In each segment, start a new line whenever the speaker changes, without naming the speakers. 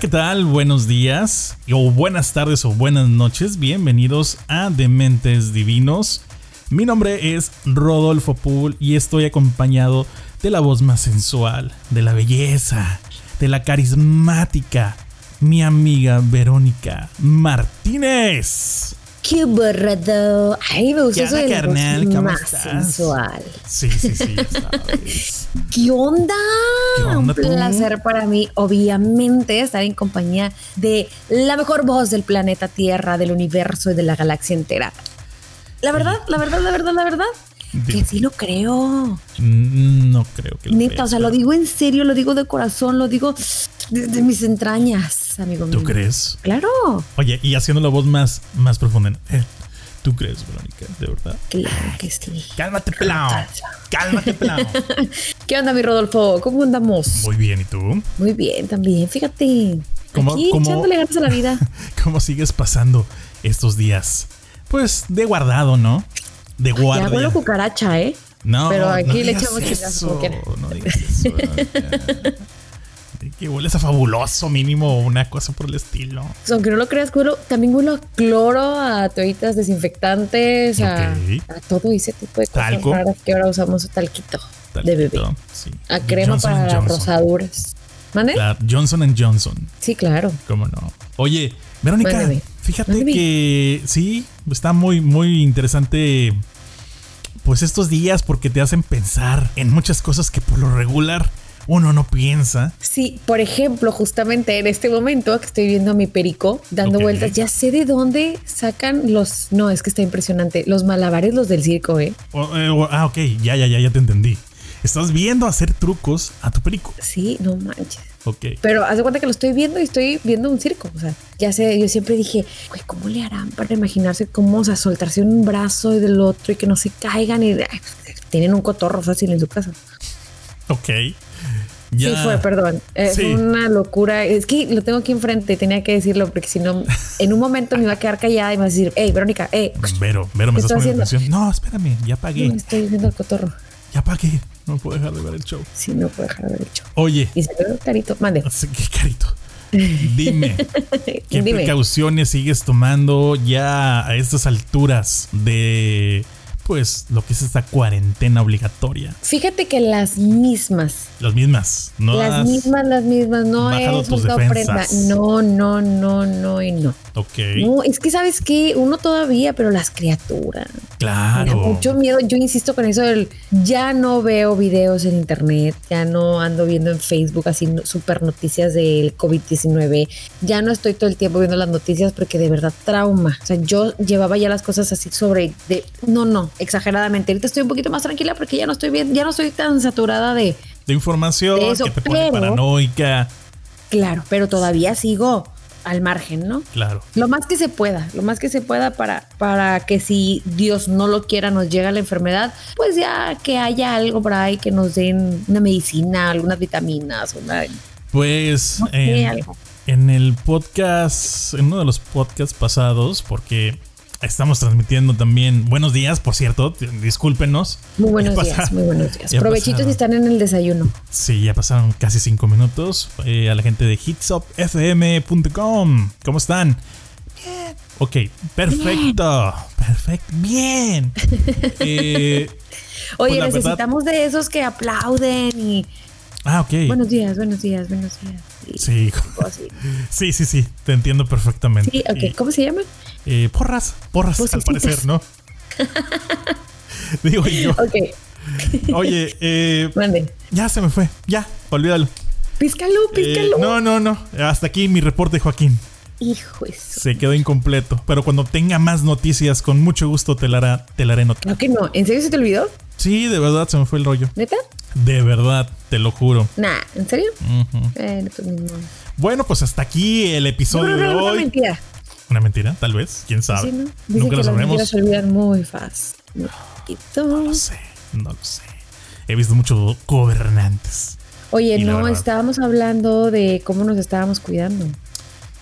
¿qué tal? Buenos días, o buenas tardes, o buenas noches. Bienvenidos a Dementes Divinos. Mi nombre es Rodolfo Pool y estoy acompañado de la voz más sensual, de la belleza, de la carismática, mi amiga Verónica Martínez.
¡Qué borrado! Ay, me gusta
¿Qué
eso
onda,
de Pues la voz
carnal? ¿Cómo
más
estás?
sensual.
Sí, sí, sí, ya sabes.
¿Qué onda?
¿Qué onda
Un
tú?
placer para mí, obviamente, estar en compañía de la mejor voz del planeta Tierra, del universo y de la galaxia entera. La verdad, la verdad, la verdad, la verdad. Que
Digo,
sí lo creo.
mm, No creo que lo
Neta, o
creas,
sea, lo
pero-
digo en serio, lo digo de corazón, lo digo desde mis entrañas, amigo mío.
¿Tú crees?
Claro,
Oye, y haciendo la voz más, más profunda. Eh, ¿Tú crees, Verónica? ¿De verdad?
claro que sí.
Cálmate, Plao. Cálmate, Plao.
¿Qué onda, mi Rodolfo? ¿Cómo andamos?
Muy bien, ¿y tú?
Muy bien, también, fíjate.
¿Cómo-
aquí
cómo-
echándole ganas a la vida.
¿Cómo sigues pasando estos días? Pues de guardado, ¿no? De
Ya
guardia.
huelo cucaracha, ¿eh?
no,
pero
no
aquí le
digas
echamos chingazo
eso,
como quiera.
No digas eso. Verónica. Di Que hueles a fabuloso, mínimo, o una cosa por el estilo.
Pues, Aunque no lo creas, huelo, también huelo a cloro, a toallitas desinfectantes, a,
Ok.
a todo ese tipo de cosas
Talco.
raras que ahora usamos talquito de bebé.
Talquito, sí.
A crema
Johnson
para las
Johnson.
rosaduras. ¿Mande?
La Johnson and Johnson.
Sí, claro.
¿Cómo no? Oye, Verónica,
Mándame,
fíjate
mándame.
que sí, está muy, muy interesante. Pues estos días, porque te hacen pensar en muchas cosas que por lo regular uno no piensa.
Sí, por ejemplo, justamente en este momento que estoy viendo a mi perico dando
Ok.
vueltas, ya sé de dónde sacan los. No, es que está impresionante. Los malabares, los del circo, ¿eh?
O- eh, o- ah, ok, ya, ya, ya, ya te entendí. Estás viendo hacer trucos a tu perico.
Sí, no manches.
Ok.
Pero haz de cuenta que lo estoy viendo y estoy viendo un circo. O sea, ya sé, yo siempre dije, güey, ¿cómo le harán para imaginarse cómo, o sea, soltarse un brazo y del otro y que no se caigan? Y ay, tienen un cotorro fácil en su casa.
Ok. Ya.
Sí, fue, perdón. Eh,
Sí.
Fue una locura. Es que lo tengo aquí enfrente y tenía que decirlo porque si no, en un momento me iba a quedar callada y me iba a decir, hey, Verónica, hey,
Vero, Vero, me
¿Qué
estás
estás
poniendo
haciendo?
atención. No, espérame, ya
no
pagué.
estoy viendo el cotorro.
Ya pagué. No puedo dejar de ver el show.
Sí, no puedo dejar de haber hecho.
Oye,
Y se ve carito. Mande.
así que carito. Dime. ¿Qué
Dime.
precauciones sigues tomando ya a estas alturas de pues lo que es esta cuarentena obligatoria?
Fíjate que las mismas
Las mismas, no
Las
has-
mismas, las mismas, no
bajado
es
tus
una prenda.
defensas.
No, no, no, no y no.
Ok,
No, es que sabes que uno todavía, pero las criaturas. Me da
claro.
mucho miedo. Yo insisto con eso del ya no veo videos en internet, ya no ando viendo en Facebook así no- super noticias del COVID-19, ya no estoy todo el tiempo viendo las noticias porque de verdad trauma. O sea, yo llevaba ya las cosas así sobre de no, no, exageradamente. Ahorita estoy un poquito más tranquila porque ya no estoy bien, ya no estoy tan saturada de
de información
de eso,
que te pone
pero-
paranoica,
Claro, pero todavía sigo al margen, ¿no?
claro.
Lo más que se pueda, lo más que se pueda para, para que si Dios no lo quiera nos llega la enfermedad, pues ya que haya algo por ahí que nos den una medicina, algunas vitaminas, una...
Pues
No sé,
en,
algo.
en el podcast, en uno de los podcasts pasados, porque estamos transmitiendo también. Buenos días, por cierto, discúlpenos.
Muy buenos
Ya
días,
pasaron-
muy buenos días.
ya
Provechitos
pasaron.
si están en el desayuno.
Sí, ya pasaron casi cinco minutos. Eh, a la gente de hitsopfm.com. ¿Cómo están? Ok, perfecto. Perfecto. Bien. Eh,
Oye,
la verdad-
necesitamos de esos que aplauden y...
ah, ok.
Buenos días, buenos días, buenos días. Y-
sí.
tipo así.
sí, sí, sí. Te entiendo perfectamente.
Sí, ok. ¿Cómo se llama?
Y, eh, porras, porras, al
Posecitas.
parecer, ¿no? Digo yo.
Ok,
Oye, eh,
mande.
ya se me fue. Ya, olvídalo.
Píscalo,
Eh,
píscalo.
no, no, no. Hasta aquí mi reporte, Joaquín.
Hijo eso.
Se quedó incompleto. Pero cuando tenga más noticias, con mucho gusto te la, hará- te la haré notar.
Creo que no. ¿En serio se te olvidó?
Sí, de verdad se me fue el rollo.
¿Neta?
De verdad, te lo juro.
Nah, ¿en serio?
Ujú.
Eh, no, pues ni modo.
Bueno, pues hasta aquí el
No,
episodio
no, no,
de
no,
hoy.
mentira.
Una mentira, tal vez. ¿Quién sabe?
Sí, ¿no? Dicen
Nunca
que
lo
las mentiras
sabremos.
se olvidan muy fácil. Muy poquito.
No lo sé, no lo sé. He visto muchos gobernantes.
Oye,
Y la
no,
verdad.
estábamos hablando de cómo nos estábamos cuidando.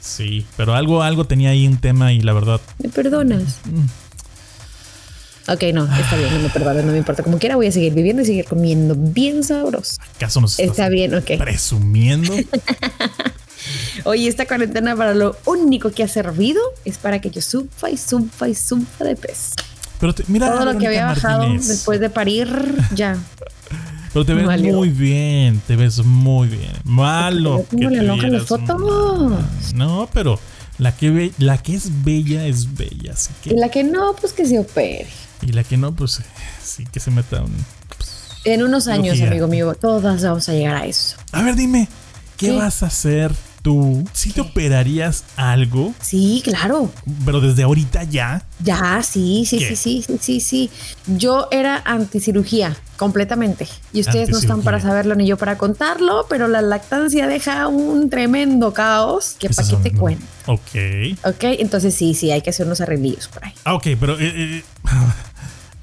Sí, pero algo, algo tenía ahí un tema y la verdad.
¿Me perdonas?
mm,
Ok, no, está bien, no me perdones, no me importa. Como quiera, voy a seguir viviendo y seguir comiendo bien sabroso.
¿Acaso nos estás
Está bien, ok.
presumiendo?
Oye, esta cuarentena para lo único que ha servido es para que yo suba y suba y suba de peso.
Pero te- mira,
Todo lo que
Verónica
había bajado
Martínez.
después de parir, ya.
Pero te ves
Valió.
muy bien, te ves muy bien. Malo.
Pero ¿cómo
que te
le alojan
vieras
las fotos?
mal. No, pero la que, be- la que es bella es bella, así que.
Y la que no, pues que se opere.
Y la que no, pues sí que se meta un.
En unos años,
Cirugía.
amigo mío, todas vamos a llegar a eso.
A ver, dime, ¿qué,
¿Qué?
vas a hacer tú? ¿Sí te operarías algo?
Sí, claro.
Pero desde ahorita ya.
Ya, sí, sí,
¿Qué?
sí, sí, sí, sí, sí. Yo era anticirugía, completamente. Y ustedes no están
Anticirugía.
para saberlo ni yo para contarlo, pero la lactancia deja un tremendo caos que pa'
Esas
qué
son-
te cuento.
Ok.
Ok, entonces sí, sí, hay que hacer unos arreglillos por ahí.
Ah, ok, pero. eh, eh,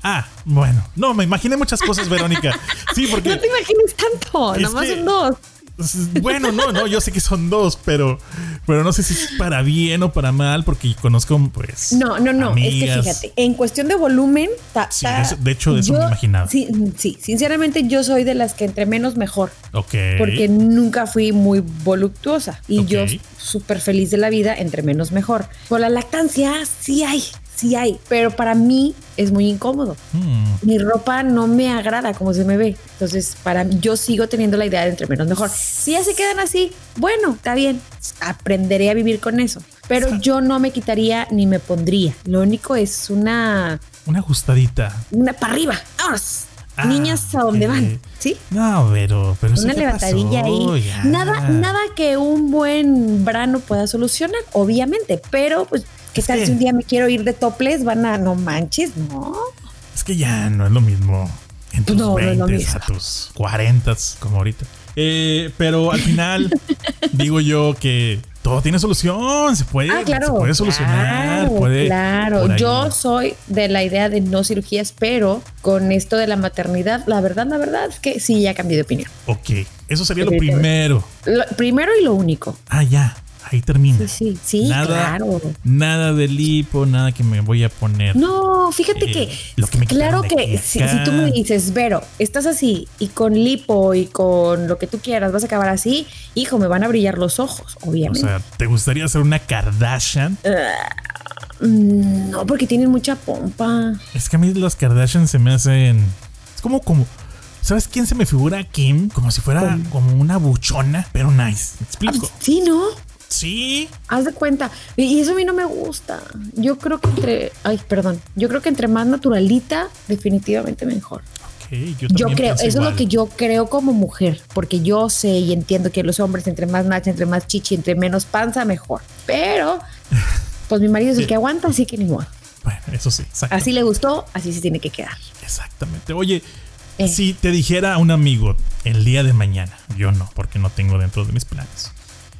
ah, bueno. No, me imaginé muchas cosas, Verónica. Sí, porque.
No te imagines tanto,
Es
nomás
que-
son dos.
Pues, Bueno, no, no, yo sé que son dos, pero, pero no sé si es para bien o para mal, porque conozco, pues.
No, no, no,
amigas.
es que fíjate, en cuestión de volumen, ta-
Sí,
ta-
eso- de hecho, de eso me imaginaba.
Sí, sí, sinceramente yo soy de las que entre menos mejor.
Ok.
porque nunca fui muy voluptuosa y
Ok.
yo súper feliz de la vida, entre menos mejor. Con la lactancia sí hay, sí hay, pero para mí es muy incómodo.
Hmm,
Mi ropa no me agrada como se me ve. Entonces, para mí- yo sigo teniendo la idea de entre menos mejor. Si ya se quedan así, bueno, está bien. Aprenderé a vivir con eso. Pero yo no me quitaría ni me pondría. Lo único es una,
una ajustadita.
una para arriba. ¡Vámonos!
Ah,
Niñas, ¿a dónde
ok.
van? ¿Sí?
No, pero, pero eso
Una
ya
levantadilla
pasó,
ahí.
ya.
Nada, nada que un buen brano pueda solucionar, obviamente. Pero, pues, ¿qué
Es
tal
que-
si un día me quiero ir de toples? Van a, no manches, no.
Es que ya no es lo mismo en tus
No, no es lo
20
mismo.
a tus 40 como ahorita. Eh, pero al final digo yo que todo tiene solución, se puede,
ah, claro.
se puede solucionar,
claro,
puede
claro.
por ahí.
Yo soy de la idea de no cirugías, pero con esto de la maternidad, la verdad, la verdad es que sí, ya cambié de opinión.
Ok, eso sería lo
Sí, pero-
primero.
Lo- primero y lo único.
Ah, ya, ahí termina.
Sí, sí, sí,
Nada.
claro.
Nada de lipo, nada que me voy a poner.
No, fíjate
Eh,
que,
lo que me quitaron
claro
de aquí
que
a
si,
acá.
si tú me dices, Vero, estás así y con lipo y con lo que tú quieras vas a acabar así, hijo, me van a brillar los ojos,
O
obviamente.
sea, ¿te gustaría hacer una Kardashian?
Eh. Mm, no, porque tienen mucha pompa.
Es que a mí las Kardashian se me hacen. Es como, como. ¿Sabes quién se me figura? Kim. Como si fuera
¿Cómo?
como una buchona, pero nice. ¿Me
Ah,
explico?
sí, ¿no?
Sí.
Haz de cuenta. Y- Y eso a mí no me gusta. Yo creo que entre, ay, perdón, yo creo que entre más naturalita, definitivamente mejor.
Ok, yo,
Yo
también
creo,
pienso
eso es
igual.
lo que yo creo como mujer, porque yo sé y entiendo que los hombres entre más nacha, entre más chichi, entre menos panza, mejor. Pero, pues mi marido es el que aguanta, así que ni modo.
Bueno, eso sí. Exactamente.
Así le gustó, así se tiene que quedar.
Exactamente. Oye,
Eh.
si te dijera a un amigo el día de mañana, yo no, porque no tengo dentro de mis planes,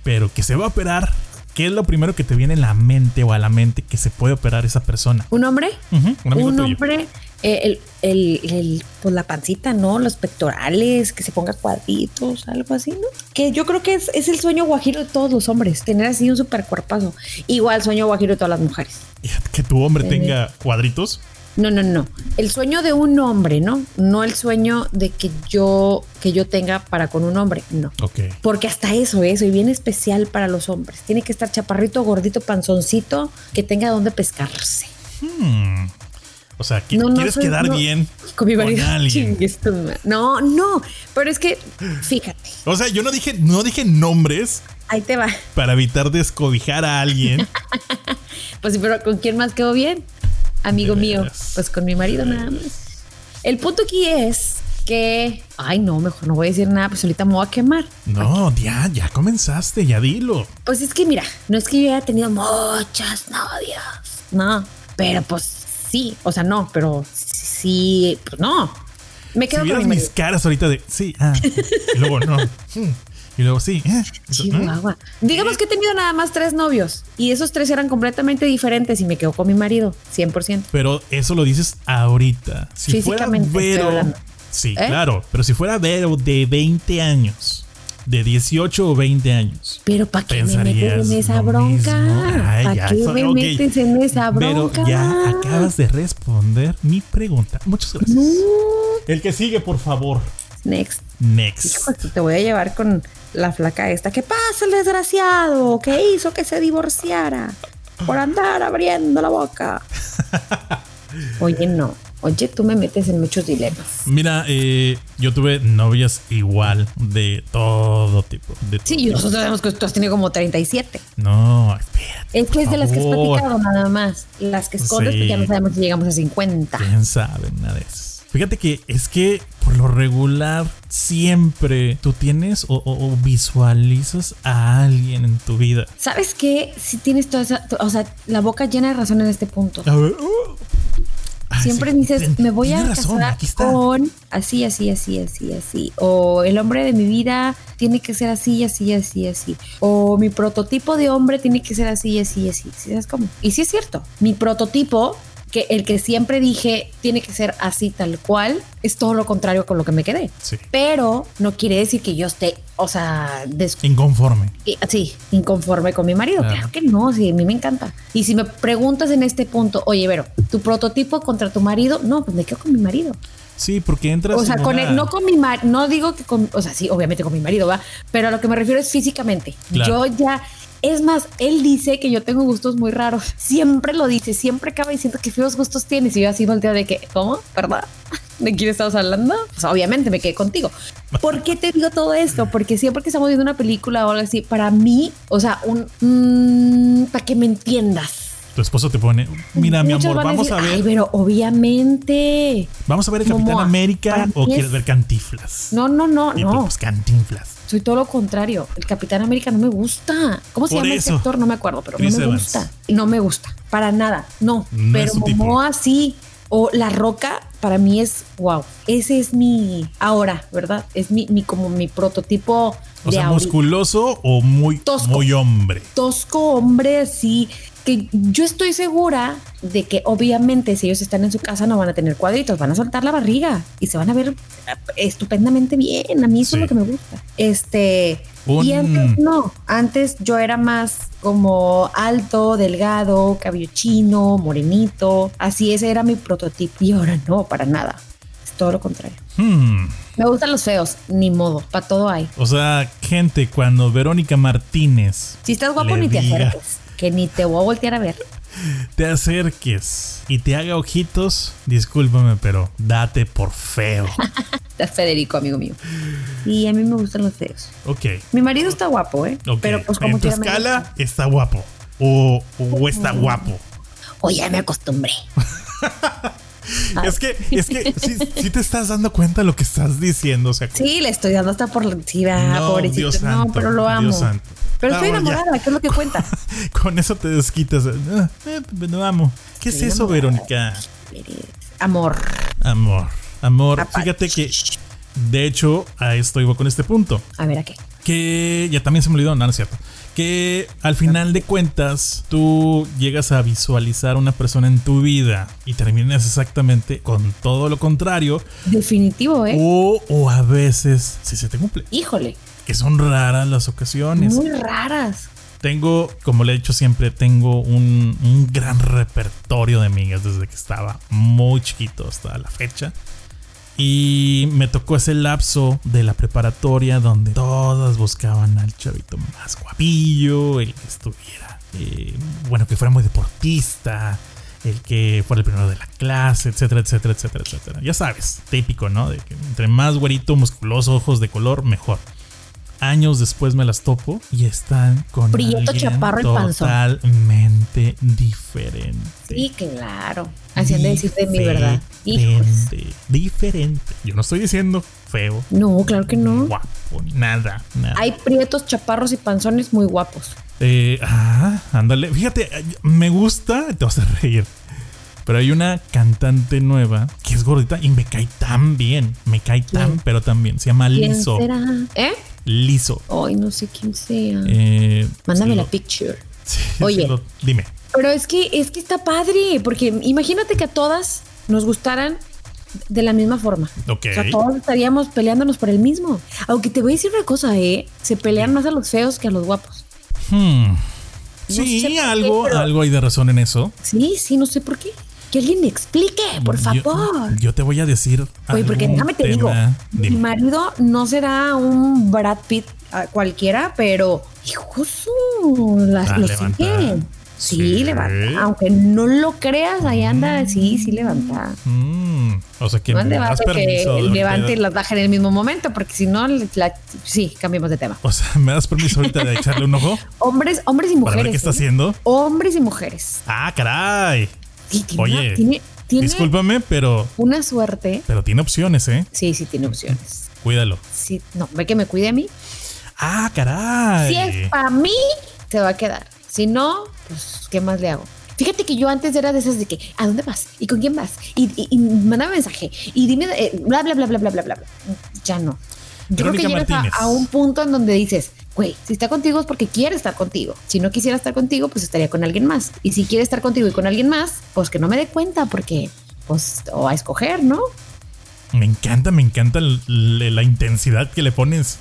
pero que se va a operar, ¿qué es lo primero que te viene en la mente o a la mente que se puede operar esa persona?
¿Un hombre?
Ujú, un amigo
Un
tuyo.
hombre, eh, el, el- el- pues la pancita, ¿no? Los pectorales, que se ponga cuadritos, algo así, ¿no? Que yo creo que es, es el sueño guajiro de todos los hombres, tener así un super cuerpazo. Igual sueño guajiro de todas las mujeres.
Que tu hombre
Eh.
tenga cuadritos.
No, no, no. El sueño de un hombre, ¿no? No el sueño de que yo que yo tenga para con un hombre, no.
Ok.
Porque hasta eso, ¿eh? soy bien especial para los hombres. Tiene que estar chaparrito, gordito, panzoncito, que tenga donde pescarse.
Hmm. O sea, que
No, no
quieres
soy-
quedar
no.
bien
Con mi marido.
alguien.
Chingues tu ma- No, no. Pero es que, fíjate,
O sea, yo no dije, no dije nombres
ahí te va.
para evitar descobijar a alguien.
Pues sí, pero ¿con quién más quedó bien? Amigo
De
mío.
veras.
Pues con mi marido nada más. El punto aquí es que, ay no, mejor no voy a decir nada, pues ahorita me voy a quemar.
No, ya, ya comenzaste, ya dilo.
Pues es que mira, no es que yo haya tenido muchas novias. No, pero pues sí, o sea, no, pero sí, pues no. Me
Si
quedo con mi
vieras mis
marido.
caras ahorita de sí, ah, y luego no, hmm, y luego sí, eh, y luego, mm,
Chihuahua. Digamos que he tenido nada más tres novios y esos tres eran completamente diferentes y me quedo con mi marido, 100%.
pero eso lo dices ahorita. Si fuera
Físicamente estoy
Vero,
hablando.
sí,
¿Eh?
claro, pero si fuera Vero de 20 años, de 18 o 20 años.
Pero ¿para qué me
Pensarías
metes en esa
lo mismo.
bronca?
Ay, ya,
¿Para qué
eso-
me
ok.
metes en esa
Pero
bronca?
ya acabas de responder mi pregunta. Muchas gracias.
No,
El que sigue, por favor.
Next.
Next.
Hijo, te voy a llevar con la flaca esta. ¿Qué pasa, el desgraciado? ¿Qué hizo que se divorciara? Por andar abriendo la boca. Oye, no. Oye, tú me metes en muchos dilemas.
Mira, eh, yo tuve novias igual de todo tipo. de todo
Sí, y nosotros sabemos que tú has tenido como 37.
tipo. No, espérate.
Es que es de las que has
favor.
platicado nada más. Las que escondes,
Sí.
pues ya no sabemos si llegamos a 50.
Quién sabe, una de esas. Fíjate que es que por lo regular siempre tú tienes o, o- o visualizas a alguien en tu vida.
¿Sabes qué? Si tienes toda esa. O sea, la boca llena de razón en este punto.
A ver, uh. Ay,
Siempre
Ah, sí,
dices,
ten-
me voy a
tiene razón,
casar
aquí está.
con así, así, así, así, así. O el hombre de mi vida tiene que ser así, así, así, así. O mi prototipo de hombre tiene que ser así, así, así. ¿Sí ¿Sabes cómo? Y sí es cierto. Mi prototipo, que el que siempre dije tiene que ser así tal cual, es todo lo contrario con lo que me quedé.
Sí.
Pero no quiere decir que yo esté, o sea, des-
Inconforme.
y- Sí, inconforme con mi marido.
Claro.
Claro. que no, sí, a mí me encanta. Y si me preguntas en este punto, oye, Vero, tu prototipo contra tu marido, no, pues me quedo con mi marido.
Sí, porque entras.
O sea,
en
con
una-
el- no con mi marido, no digo que con, o sea, sí, obviamente con mi marido, va, pero a lo que me refiero es físicamente.
Claro.
Yo ya, es más, él dice que yo tengo gustos muy raros. Siempre lo dice, siempre acaba diciendo que feos gustos tienes. Y yo así volteo de que, ¿cómo? ¿Verdad? ¿De quién estabas hablando? Pues obviamente me quedé contigo. ¿Por qué te digo todo esto? Porque siempre que estamos viendo una película o algo así, para mí, o sea, un. mm, para que me entiendas.
Tu esposo te pone, mira, mi
Muchos
amor,
van
vamos
decir,
a
Ay,
ver.
pero obviamente.
Vamos a ver el Capitán
Momoa, para
América
mí
o
es-
quieres ver Cantinflas.
No, no, no,
Y pues,
no.
pues, Cantinflas.
Soy todo lo contrario. El Capitán América no me gusta. ¿Cómo se
Por
llama
eso.
ese actor? No me acuerdo, pero
Chris
no me
Evans.
gusta. No me gusta. Para nada. No.
No es
pero
su tipo.
Momoa sí. O La Roca, para mí es wow. Ese es mi ahora, ¿verdad? Es mi, mi como mi prototipo
O
de
sea,
ahorita.
musculoso o muy,
Tosco.
muy hombre.
tosco hombre así que yo estoy segura de que obviamente si ellos están en su casa no van a tener cuadritos, van a soltar la barriga y se van a ver estupendamente bien. A mí eso
Sí.
es lo que me gusta. Este y
Un-
antes no, antes yo era más como alto, delgado, cabello chino, morenito, así ese era mi prototipo y ahora no para nada. Es todo lo contrario.
Hmm.
Me gustan los feos, ni modo, para todo hay.
O sea, gente, cuando Verónica Martínez
Si estás guapo
Le
ni te
diga.
acerques, que ni te voy a voltear a ver.
te acerques y te haga ojitos, discúlpame, pero date por feo.
Estás Federico, amigo mío. Y a mí me gustan los feos.
Ok.
Mi marido está guapo, ¿eh?
ok.
Pero pues como
en tu
quiera me
escala
gusta.
está guapo. O, o está guapo.
O ya me acostumbré. Ay.
Es que, es que si, te estás dando cuenta de lo que estás diciendo. O sea,
Sí, le estoy dando hasta por la sí, va,
No,
pobrecito.
Dios
no,
santo,
pero lo amo.
Dios santo.
Pero estoy
Ahora ya.
enamorada, ¿qué es lo que cuenta?
con eso te desquitas. Ah, eh, no amo. ¿Qué es
Estoy
eso,
enamorada.
Verónica?
Amor.
Amor. Amor.
Apache.
Fíjate que, de hecho, a esto iba con este punto.
A ver, ¿a qué?
Que ya también se me olvidó, no, no es cierto. Que al final de cuentas tú llegas a visualizar una persona en tu vida y terminas exactamente con todo lo contrario
Definitivo, ¿eh?
o, o a veces si se te cumple.
Híjole,
Que son raras las ocasiones.
muy raras.
Tengo, como le he dicho siempre, tengo un, un gran repertorio de amigas desde que estaba muy chiquito hasta la fecha. Y me tocó ese lapso de la preparatoria donde todas buscaban al chavito más guapillo, el que estuviera, eh, bueno, que fuera muy deportista, el que fuera el primero de la clase, etcétera, etcétera, etcétera, etcétera. Ya sabes, típico, ¿no? De que entre más güerito, musculoso, ojos de color, mejor años después me las topo y están con
Prieto,
alguien
chaparro y panzón.
totalmente diferente.
Sí, claro. Así han de decirte mi verdad. Hijos.
Diferente, diferente. Yo no estoy diciendo feo,
No, claro que no.
guapo, nada, nada.
Hay prietos, chaparros y panzones muy guapos.
Eh, ah, ándale. Fíjate, me gusta, te vas a reír. Pero hay una cantante nueva que es gordita y me cae tan bien. Me cae tan,
¿Quién?
pero tan bien. Se llama
¿Quién
Liso.
será? ¿Eh?
Liso.
Ay, no sé quién sea.
Eh,
Mándame
sí
la
lo-
picture.
sí, sí
Oye.
lo- dime.
Pero es que es que está padre, porque imagínate que a todas nos gustaran de la misma forma.
Ok.
O sea, todos estaríamos peleándonos por el mismo. Aunque te voy a decir una cosa, ¿eh? Se pelean más a los feos que a los guapos.
Hmm.
No
sí,
sé por qué,
algo,
pero-
algo hay de razón en eso.
Sí, sí, no sé por qué. Que alguien me explique, por
Yo-
favor.
Yo, te voy a decir.
Oye, porque
algún
déjame te digo,
tema.
mi
Dime.
marido no será un Brad Pitt ah, cualquiera, pero hijo su, la-
Ah,
lo
levanta.
sigue. Sí,
Sí.
levanta. ah, Aunque no lo creas, ahí anda, sí, sí levanta.
Mm, o sea que
No es
me das
debate que
permiso.
el
de
levante y
ahorita-
la baja en el mismo momento, porque si no, la- sí, cambiemos de tema.
O sea, me das permiso ahorita de echarle un ojo
Hombres, hombres y
para
mujeres.
ver qué está
¿eh?
haciendo.
Hombres y mujeres.
Ah, caray.
Sí, tiene,
Oye,
una, tiene- tiene
Discúlpame, pero,
una suerte.
pero tiene opciones, ¿eh?
Sí, sí tiene opciones.
Cuídalo.
Sí, no, ve que me cuide a mí.
Ah, caray.
Si es para mí, se va a quedar. Si no, pues, ¿qué más le hago? Fíjate que yo antes era de esas de que, ¿a dónde vas? ¿Y con quién vas? Y, y, y mandaba mensaje. Y dime, eh, bla, bla, bla, bla, bla, bla, bla. bla. Ya no.
Verónica
Yo creo que llegas
Martínez.
a, a un punto en donde dices, güey, si está contigo es porque quiere estar contigo. Si no quisiera estar contigo, pues estaría con alguien más. Y si quiere estar contigo y con alguien más, pues que no me dé cuenta porque, pues, o a escoger, ¿no?
Me encanta, me encanta el- el- la intensidad que le pones.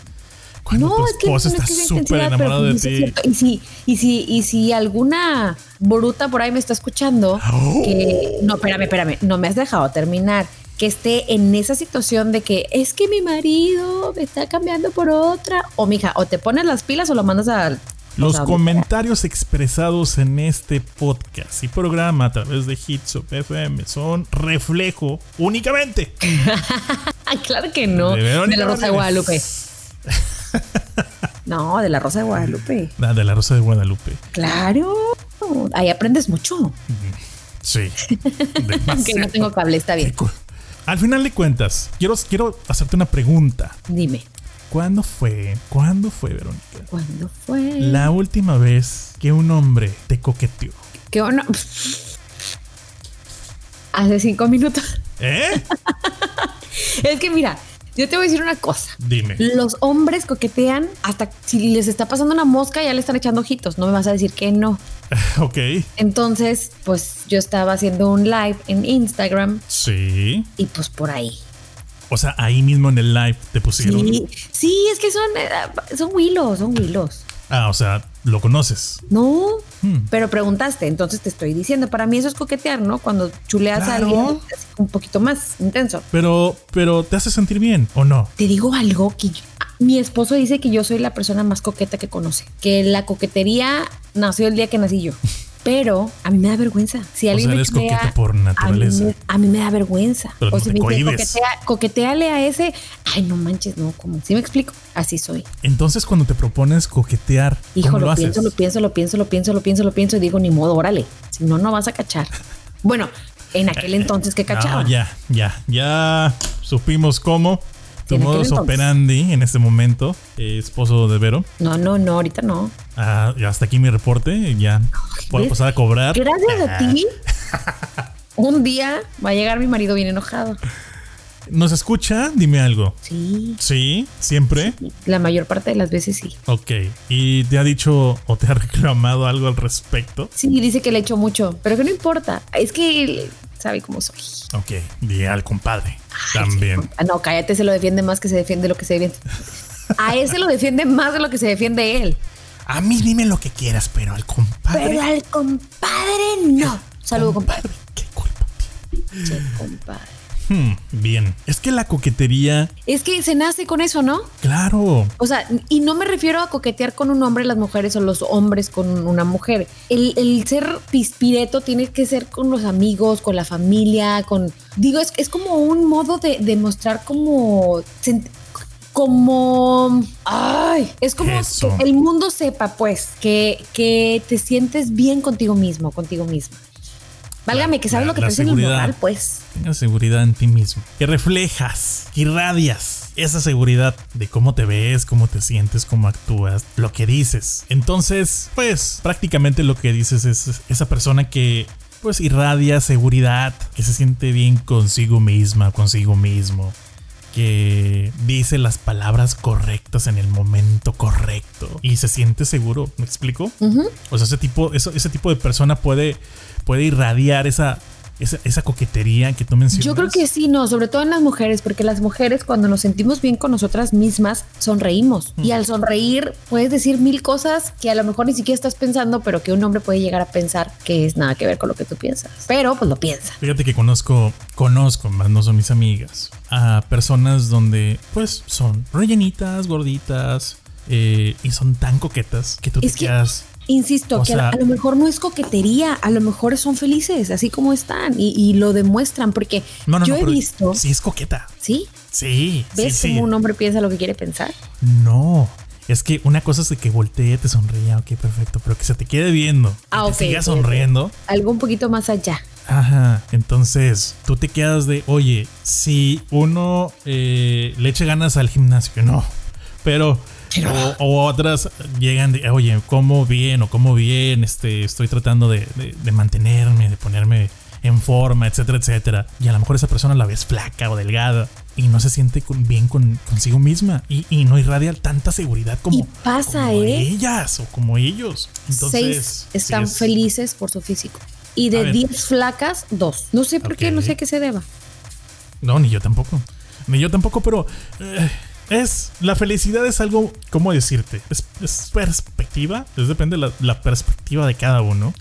Cuando tu esposa
no
está
que haya
súper
intensidad, pero
enamorada de
pues sí es
ti.
cierto. Y si, y si, y si alguna bruta por ahí me está escuchando,
Oh.
que no, espérame, espérame, no me has dejado terminar. Que esté en esa situación de que es que mi marido me está cambiando por otra. O mija, o te pones las pilas o lo mandas a.
Los
a-
comentarios expresados en este podcast y programa a través de Hits of FM son reflejo únicamente
Ah, claro que no.
de
De,
Verónica
la Rosa de Guadalupe.
Martínez.
No, de la Rosa de Guadalupe.
Ah, de la Rosa de Guadalupe.
Claro. Ahí aprendes mucho.
Sí.
Aunque no
Demasiado.
tengo cable, está bien.
Al final de cuentas, quiero, quiero hacerte una pregunta.
Dime,
¿Cuándo fue, cuándo fue, Verónica,
¿cuándo fue?
la
Mm.
última vez que un hombre te coqueteó?
¿Qué onda? oh, Hace cinco minutos.
¿Eh?
Es que mira, yo te voy a decir una cosa.
Dime.
Los hombres coquetean hasta si les está pasando una mosca, ya le están echando ojitos. No me vas a decir que no.
Ok.
Entonces, pues yo estaba haciendo un live en Instagram
Sí.
y pues por ahí.
O sea, ahí mismo en el live te pusieron.
Sí, sí, es que son, eh, son huilos, son huilos.
Ah, o sea, lo conoces.
No,
Hmm.
pero preguntaste, entonces te estoy diciendo. Para mí eso es coquetear, ¿no? Cuando chuleas a
Claro.
alguien así, un poquito más intenso.
Pero, pero te hace sentir bien o no.
Te digo algo que yo- mi esposo dice que yo soy la persona más coqueta que conoce, que la coquetería nació el día que nací yo. Pero a mí me da vergüenza. Si alguien
o sea,
me
eres
chulea,
coqueta por
a mí,
naturaleza.
me, a mí me da vergüenza.
Pero no
o si
te
me dice,
cohibes.
coquetea, coqueteale a ese. Ay, no manches, no, como. ¿Sí me explico? Así soy.
Entonces, cuando te propones coquetear,
Hijo,
¿cómo lo,
lo,
haces?
pienso, lo pienso, lo pienso, lo pienso, lo pienso, lo pienso y digo, ni modo, órale. Si no, no vas a cachar. Bueno, en aquel entonces que cachaba.
Eh, No, ya, ya, ya supimos cómo. Tu
En aquel
modus
entonces.
operandi en este momento, eh, esposo de Vero.
no, no, no, ahorita no.
Ah, ya hasta aquí mi reporte. Ya puedo
¿ves?
pasar a cobrar.
Gracias
Ah,
a ti, un día va a llegar mi marido bien enojado.
¿Nos escucha? Dime algo.
Sí,
Sí, siempre.
la mayor parte de las veces sí.
Ok. ¿Y te ha dicho o te ha reclamado algo al respecto?
Sí, dice que le echo mucho, pero que no importa. Es que él sabe cómo soy.
Ok. Y al compadre
Ay,
también.
sí. No, cállate, se lo defiende más que se defiende lo que se defiende. A él se lo defiende más de lo que se defiende él.
A mí dime lo que quieras, pero al compadre.
Pero al compadre no. Saludo, compadre.
¿Qué culpa tiene?
Che, compadre.
Hmm, bien. Es que la coquetería,
Es que se nace con eso, ¿no?
claro.
O sea, y no me refiero a coquetear con un hombre las mujeres o los hombres con una mujer. El, el ser pispireto tiene que ser con los amigos, con la familia, con... Digo, es, es como un modo de, de mostrar como... sent- Como... Ay, es como
Eso.
que el mundo sepa, pues, que, que te sientes bien contigo mismo, contigo misma. Válgame, que sabes
la-
lo que
la
te en el
seguridad.
moral, pues.
Tenga seguridad en ti mismo. Que reflejas, que irradias esa seguridad de cómo te ves, cómo te sientes, cómo actúas, lo que dices. Entonces, pues prácticamente lo que dices es esa persona que pues irradia seguridad, que se siente bien consigo misma, consigo mismo, que dice las palabras correctas en el momento correcto y se siente seguro, ¿me explico?
Ujú.
O sea, ese tipo, eso- ese tipo de persona puede, puede irradiar esa, esa, esa coquetería que tú mencionas?
Yo creo que sí, no, sobre todo en las mujeres, porque las mujeres cuando nos sentimos bien con nosotras mismas, sonreímos.
Mm.
Y al sonreír puedes decir mil cosas que a lo mejor ni siquiera estás pensando, pero que un hombre puede llegar a pensar que es nada que ver con lo que tú piensas. Pero pues lo piensa.
Fíjate que conozco, conozco, más no son mis amigas, a personas donde pues son rellenitas, gorditas, eh, y son tan coquetas que tú
Es
te
que-
quedas...
Insisto,
O
que a-
sea-
a, lo mejor no es coquetería, a lo mejor son felices, así como están, y, y lo demuestran, porque
No, no,
yo
no,
he
pero
visto,
Sí, es coqueta.
¿sí?
Sí, sí,
¿Ves
sí.
cómo un hombre piensa lo que quiere pensar?
No. Es que una cosa es de que voltee, te sonría, ok, perfecto, pero que se te quede viendo. y
Ah,
te
ok,
siga
ok, ok.
sonriendo.
Algo un poquito más allá.
Ajá. Entonces, tú te quedas de, oye, si uno eh, le eche ganas al gimnasio, no. Pero. O, o otras llegan de, oye, como bien o como bien, este, estoy tratando de, de- de mantenerme, de ponerme en forma, etcétera, etcétera. Y a lo mejor esa persona la ves flaca o delgada y no se siente con- bien con, consigo misma y, y no irradia tanta seguridad como,
Y pasa,
como
¿eh?
ellas o como ellos. Entonces,
Seis están
sí es-
felices por su físico. Y
A
de
ver.
10 flacas, dos. No sé por qué, no
Ok.
sé a qué se deba.
No, ni yo tampoco. Ni yo tampoco, pero eh, es la felicidad es algo, ¿cómo decirte? Es, es perspectiva, es depende la, la perspectiva de cada uno.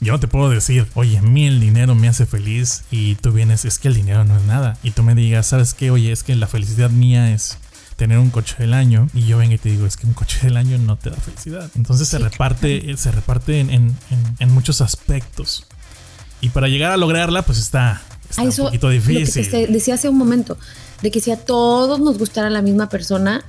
Yo no te puedo decir, oye, a mí el dinero me hace feliz y tú vienes, es que el dinero no es nada. Y tú me digas, ¿sabes qué? Oye, es que la felicidad mía es tener un coche del año y yo vengo y te digo es que un coche del año no te da felicidad entonces se
Sí,
reparte eh, se reparte en, en- en- en muchos aspectos y para llegar a lograrla pues está, está
A
un poquito
lo que te
difícil
este- decía hace un momento, de que si a todos nos gustara la misma persona,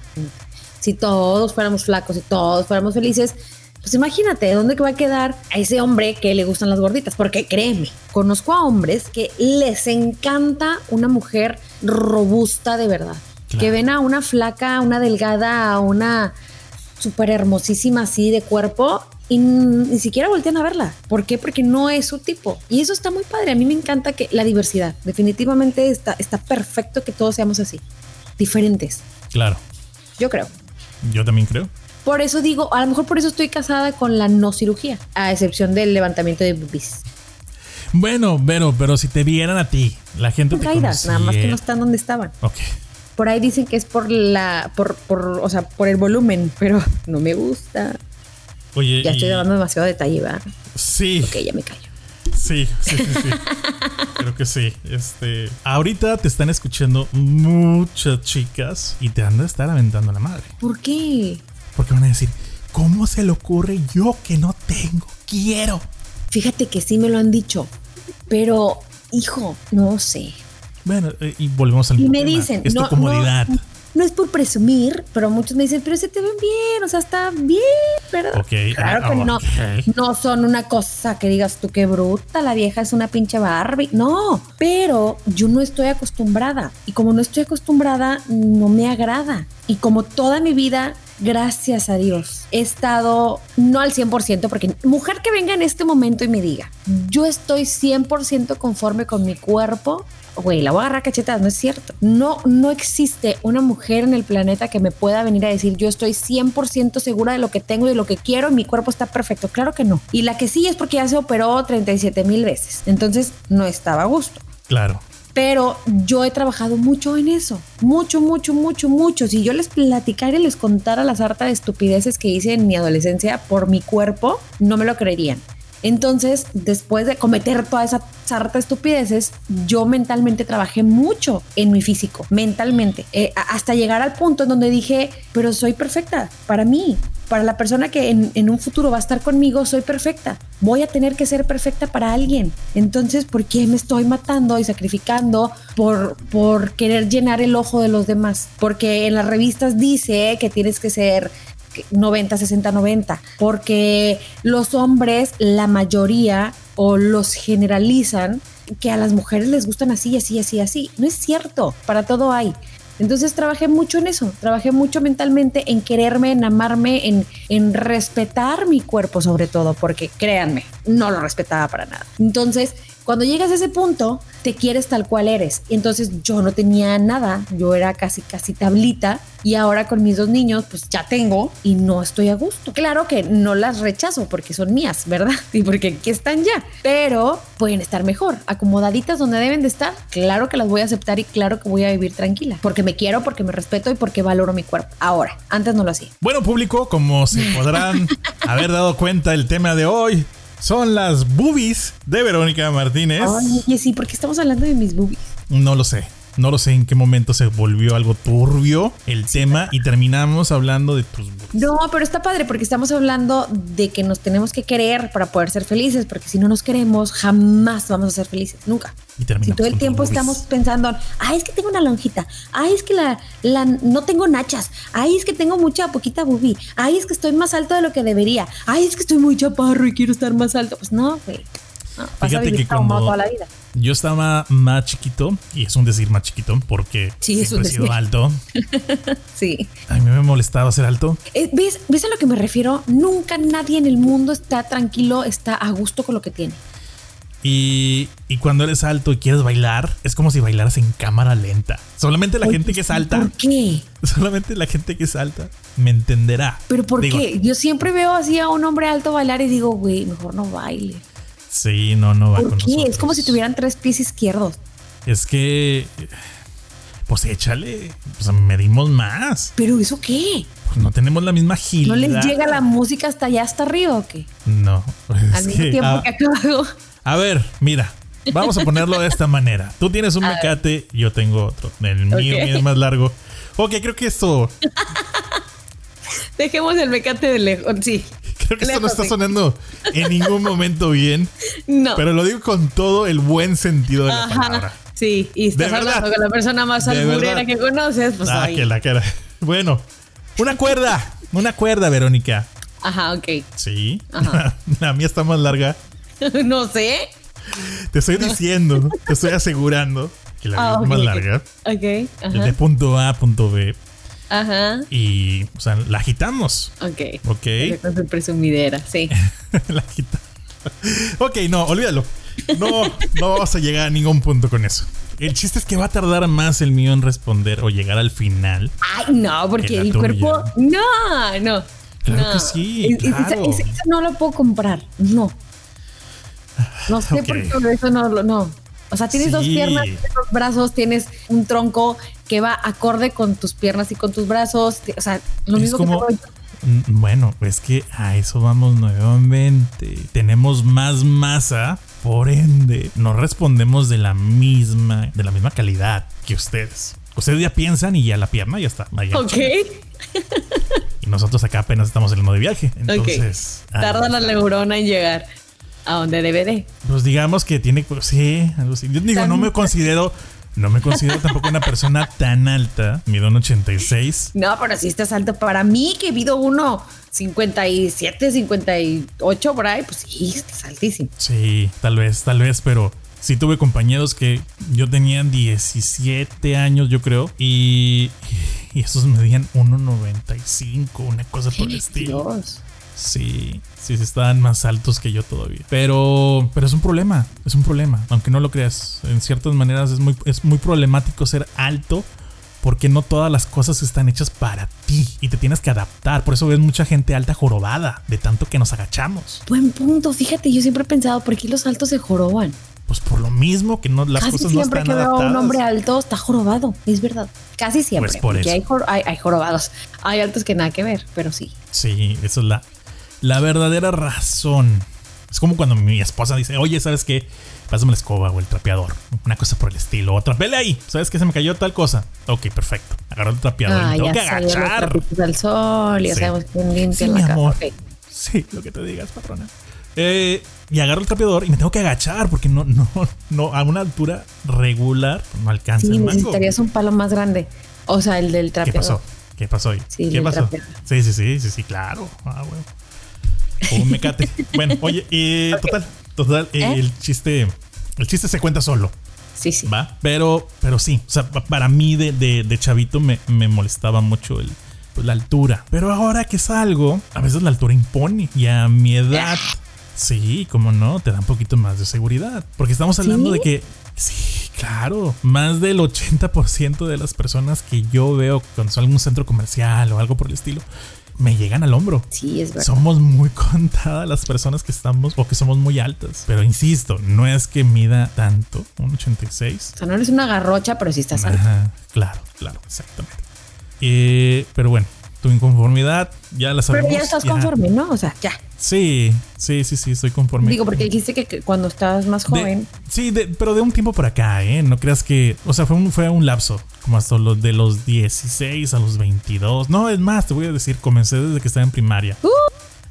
si todos fuéramos flacos, si todos fuéramos felices, pues imagínate, ¿dónde que va a quedar a ese hombre que le gustan las gorditas? Porque créeme, conozco a hombres que les encanta una mujer robusta de verdad.
Claro.
Que ven a una flaca, a una delgada, a una súper hermosísima así de cuerpo y n- ni siquiera voltean a verla. ¿Por qué? Porque no es su tipo. Y eso está muy padre. A mí me encanta que la diversidad. Definitivamente está, está perfecto que todos seamos así. Diferentes,
Claro,
yo creo.
yo también creo.
Por eso digo, a lo mejor por eso estoy casada con la no cirugía, a excepción del levantamiento de boobies.
Bueno, pero, pero si te vieran a ti, la gente
Son
te
caídas, nada más que no
conociera-
están donde estaban.
Ok.
Por ahí dicen que es por la, por, por, o sea, por el volumen, pero no me gusta.
Oye,
Ya estoy
y-
dando demasiado detalle, ¿verdad?
Sí,
Ok, ya me callo.
sí, sí, sí, sí. Creo que sí. Este, ahorita te están escuchando muchas chicas y te han de estar aventando la madre.
¿Por qué?
Porque van a decir, ¿cómo se le ocurre yo que no tengo? Quiero.
Fíjate que sí me lo han dicho, pero hijo, no sé.
Bueno, eh, y volvemos al
Y
mismo
me
tema.
dicen,
es tu
no,
comodidad.
no, no es por presumir, pero muchos me dicen, pero se te ven bien, o sea, está bien, ¿verdad?
Ok,
Claro
ah,
que no,
ok.
no son una cosa que digas tú qué bruta, la vieja es una pinche Barbie. No, pero yo no estoy acostumbrada y como no estoy acostumbrada, no me agrada. Y como toda mi vida, gracias a Dios, he estado no al 100%, porque mujer que venga en este momento y me diga, yo estoy 100% conforme con mi cuerpo. Güey, la voy a agarrar a cachetadas, no es cierto. No, no existe una mujer en el planeta que me pueda venir a decir yo estoy 100% segura de lo que tengo y de lo que quiero y mi cuerpo está perfecto. Claro que no. Y la que sí es porque ya se operó 37 mil veces. Entonces no estaba a gusto.
Claro.
Pero yo he trabajado mucho en eso. Mucho, mucho, mucho, mucho. Si yo les platicara y les contara las hartas de estupideces que hice en mi adolescencia por mi cuerpo, no me lo creerían. Entonces, después de cometer toda esa sarta de estupideces, yo mentalmente trabajé mucho en mi físico, mentalmente, eh, a- hasta llegar al punto en donde dije, pero soy perfecta para mí, para la persona que en, en un futuro va a estar conmigo, soy perfecta. Voy a tener que ser perfecta para alguien. Entonces, ¿por qué me estoy matando y sacrificando por, por querer llenar el ojo de los demás? Porque en las revistas dice que tienes que ser 90, 60, 90, porque los hombres, la mayoría, o los generalizan que a las mujeres les gustan así, así, así, así. No es cierto, para todo hay. Entonces trabajé mucho en eso, trabajé mucho mentalmente en quererme, en amarme, en, en respetar mi cuerpo sobre todo, porque créanme, no lo respetaba para nada. Entonces Cuando llegas a ese punto, te quieres tal cual eres. Y entonces yo no tenía nada, yo era casi, casi tablita. Y ahora con mis dos niños, pues ya tengo y no estoy a gusto. Claro que no las rechazo porque son mías, ¿verdad? Y porque aquí están ya. Pero pueden estar mejor, acomodaditas donde deben de estar. Claro que las voy a aceptar y claro que voy a vivir tranquila. Porque me quiero, porque me respeto y porque valoro mi cuerpo. Ahora, antes no lo hacía.
Bueno, público, como se podrán haber dado cuenta, el tema de hoy son las boobies de Verónica Martínez.
Oye, sí, ¿por qué estamos hablando de mis boobies?
No lo sé. No lo sé en qué momento se volvió algo turbio el tema y terminamos hablando de tus boobies.
No, pero está padre porque estamos hablando de que nos tenemos que querer para poder ser felices, porque si no nos queremos jamás vamos a ser felices, nunca.
Y terminamos
si todo el
con
tiempo
tus boobies.
estamos pensando, ay, es que tengo una lonjita, ay, es que la, la- no tengo nachas, ay, es que tengo mucha poquita bubi, ay, es que estoy más alto de lo que debería, ay, es que estoy muy chaparro y quiero estar más alto. Pues no, güey. No, vas a
Fíjate
vivir
que cuando
traumado toda la vida.
yo estaba más chiquito, y es un decir más chiquito porque
Sí, es un
siempre he sido
decir.
alto,
Sí.
a mí me molestaba ser alto.
Eh, ¿Ves, ¿Ves a lo que me refiero? Nunca nadie en el mundo está tranquilo, está a gusto con lo que tiene.
Y, y cuando eres alto y quieres bailar, es como si bailaras en cámara lenta. Solamente la
Oye,
gente que es alta,
¿Por qué?
solamente la gente que es alta me entenderá.
¿Pero por
Digo,
qué? Yo siempre veo así a un hombre alto bailar y digo, güey, mejor no baile.
Sí, no, no va
¿Por
con
qué? Es como si
nosotros.
tuvieran tres pies izquierdos.
Es que. Pues échale. Pues medimos más.
¿Pero eso qué?
Pues no tenemos la misma
¿No
agilidad.
les llega la música hasta allá, hasta arriba o qué?
No. es
Al mismo
que-
tiempo
a,
que acá abajo.
a ver, mira. Vamos a ponerlo de esta manera. Tú tienes un
A ver.
mecate, yo tengo otro. El mío,
Ok.
mío es más largo. Ok, creo que esto.
Dejemos el mecate de lejos. Sí.
Creo que esto no
Lejos
está
de-
sonando en ningún momento bien.
No.
Pero lo digo con todo el buen sentido de la palabra.
Sí. Y estás
De
hablando
verdad.
con la persona más
De
alburera
verdad.
que conoces. Pues
ah,
ahí.
que la cara. Bueno, una cuerda. Una cuerda, Verónica.
Ajá, ok.
Sí.
Ajá.
la mía está más larga.
no sé.
Te estoy diciendo, te estoy asegurando que la vida
Ah,
es más
ok, ok.
larga.
Ok.
Es de
Ajá.
punto A a punto B.
Ajá.
Y, o sea, la agitamos.
Ok.
Ok.
Con su presumidera, sí.
la agita- Ok, no, olvídalo. No, no vamos a llegar a ningún punto con eso. El chiste es que va a tardar más el mío en responder o llegar al final.
Ay, no, porque
Que la
el
tuya.
cuerpo. No, no.
Claro
no.
que sí,
Es- es- esa-
claro.
esa- esa no lo puedo comprar. No. No sé
Ok.
por qué eso no lo. No. O sea, tienes dos
Sí.
piernas, tienes dos brazos, tienes un tronco que va acorde con tus piernas y con tus brazos. O sea, lo
Es
mismo
como-
que tengo yo.
Mm, Bueno, es que a eso vamos nuevamente. Tenemos más masa, por ende, no respondemos de la misma, de la misma calidad que ustedes. Ustedes ya piensan y ya la pierna ya está. ahí
Ok.
hecha. Y nosotros acá apenas estamos en el modo de viaje. Entonces, ah,
Tarda la neurona en llegar a donde debe de.
pues digamos que tiene, pues, sí, algo así. Yo digo, no me considero, no me considero tampoco una persona tan alta. Mido un 86.
No, pero sí estás alto. Para mí, que vido uno 57, 58 por ahí, pues sí, estás altísimo.
Sí, tal vez, tal vez, pero sí tuve compañeros que yo tenía 17 años, yo creo, y, y esos medían 1.95, una cosa por el estilo.
Dios.
Sí, sí, sí, estaban más altos que yo todavía. Pero, pero es un problema, es un problema, aunque no lo creas. En ciertas maneras es muy, es muy problemático ser alto. Porque no todas las cosas están hechas para ti y te tienes que adaptar. Por eso ves mucha gente alta jorobada de tanto que nos agachamos.
Buen punto. Fíjate, yo siempre he pensado, ¿por qué los altos se joroban?
Pues por lo mismo que no, las
Casi
cosas no
siempre
están
que veo a
adaptadas.
un hombre alto está jorobado. Es verdad. Casi siempre.
Pues por
porque
eso.
Hay, jor- hay- hay jorobados. Hay altos que nada que ver, pero sí.
Sí, esa es la, la verdadera razón. Es como cuando mi esposa dice, oye, ¿sabes qué? Pásame la escoba o el trapeador. Una cosa por el estilo. Otra, vele ahí. ¿Sabes qué? Se me cayó tal cosa. Ok, perfecto. Agarró el trapeador.
Ah,
y tengo
ya
que
sabemos los
agachar.
trapitos al sol, ya
Sí.
sabemos quién limpia
Sí,
la
mi
casa.
amor.
Ok.
Sí, lo que te digas, patrona. Eh, y agarro el trapeador y me tengo que agachar porque no, no, no, a una altura regular pues, no alcanza
Sí,
el mango.
necesitarías un palo más grande. O sea, el del
¿Qué
trapeador.
pasó? ¿Qué pasó ahí?
Sí,
¿Qué
le
pasó?
trapearon.
Sí, sí, sí, sí, sí, claro. Ah, bueno. O un mecate. bueno, oye, eh,
Ok.
total, total, eh,
¿Eh?
el chiste, el chiste se cuenta solo,
Sí, sí.
¿va? Pero, pero sí, o sea, pa- para mí de, de- de chavito me, me molestaba mucho el, pues, la altura. Pero ahora que salgo, a veces la altura impone y a mi edad Sí, cómo no, te da un poquito más de seguridad. Porque estamos hablando
¿Sí?
de que, sí, claro, más del 80% de las personas que yo veo cuando salgo a un centro comercial o algo por el estilo, me llegan al hombro.
Sí, es verdad.
Somos muy contadas las personas que estamos o que somos muy altas. Pero insisto, no es que mida tanto, un 86.
O sea, no eres una garrocha, pero sí estás alta.
Ajá, claro, claro, exactamente. Eh, pero bueno, tu inconformidad ya la sabemos.
Pero ya estás conforme, ¿no? O sea, ya.
Sí, sí, sí, sí, estoy conforme.
Digo, porque dijiste que, que cuando estabas más
De-
joven.
sí, de- pero de un tiempo para acá, ¿eh? No creas que. O sea, fue un, fue un lapso, como hasta los de los 16 a los 22. No, es más, te voy a decir, comencé desde que estaba en primaria.
¡Uh!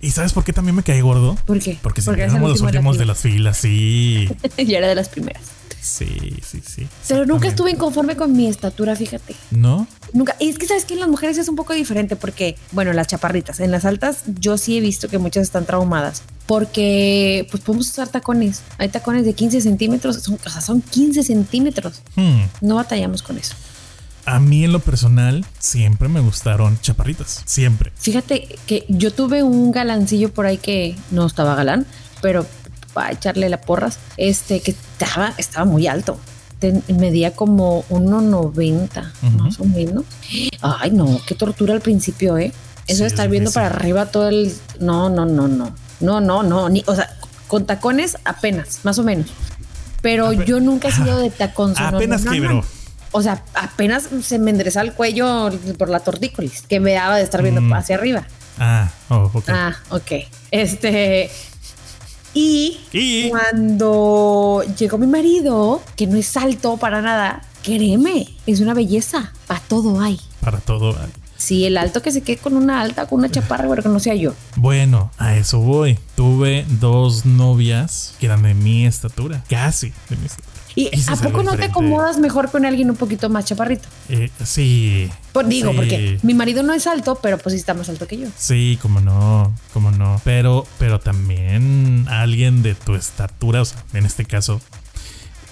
¿Y sabes por qué también me caí gordo?
¿Por qué?
Porque
eres
siempre
el
éramos los últimos de
la
las filas, sí.
fila. Yo era de las primeras.
Sí, sí, sí.
Pero nunca
exactamente.
estuve inconforme con mi estatura, fíjate.
¿No?
Nunca. Y es que sabes que en las mujeres es un poco diferente porque, bueno, las chaparritas, en las altas yo sí he visto que muchas están traumadas porque pues podemos usar tacones. Hay tacones de 15 centímetros, son, o sea, son 15 centímetros.
Hmm.
No batallamos con eso.
A mí en lo personal siempre me gustaron chaparritas, siempre.
Fíjate que yo tuve un galancillo por ahí que no estaba galán, pero para echarle la porras, este que estaba, estaba muy alto. Ten- medía como 1,90
Ujú.
más o menos. Ay, no, qué tortura al principio, ¿eh? Eso
Sí,
de
es
estar viendo
difícil.
para arriba todo el. No, no, no, no. No, no, no. Ni, o sea, con tacones apenas, más o menos. Pero
Ape-
yo nunca he sido de tacón.
Apenas quebró.
O sea, apenas se me enderezaba el cuello por la tortícolis, que me daba de estar viendo
Mm.
hacia arriba.
Ah, oh, ok.
Ah, ok. Este. Y,
Y-
cuando llegó mi marido, que no es alto para nada, créeme, es una belleza. Para todo hay.
Para todo.
Sí, el alto que se quede con una alta, con una chaparra, pero que no sea yo.
Bueno, a eso voy. Tuve dos novias que eran de mi estatura. Casi de mi estatura.
¿Y
Ese
a
es algo
poco no te
diferente.
acomodas mejor con alguien un poquito más chaparrito?
Eh, sí.
Pues digo,
Sí.
porque mi marido no es alto, pero pues sí está más alto que yo.
Sí, como no, como no. Pero, pero también alguien de tu estatura, o sea, en este caso.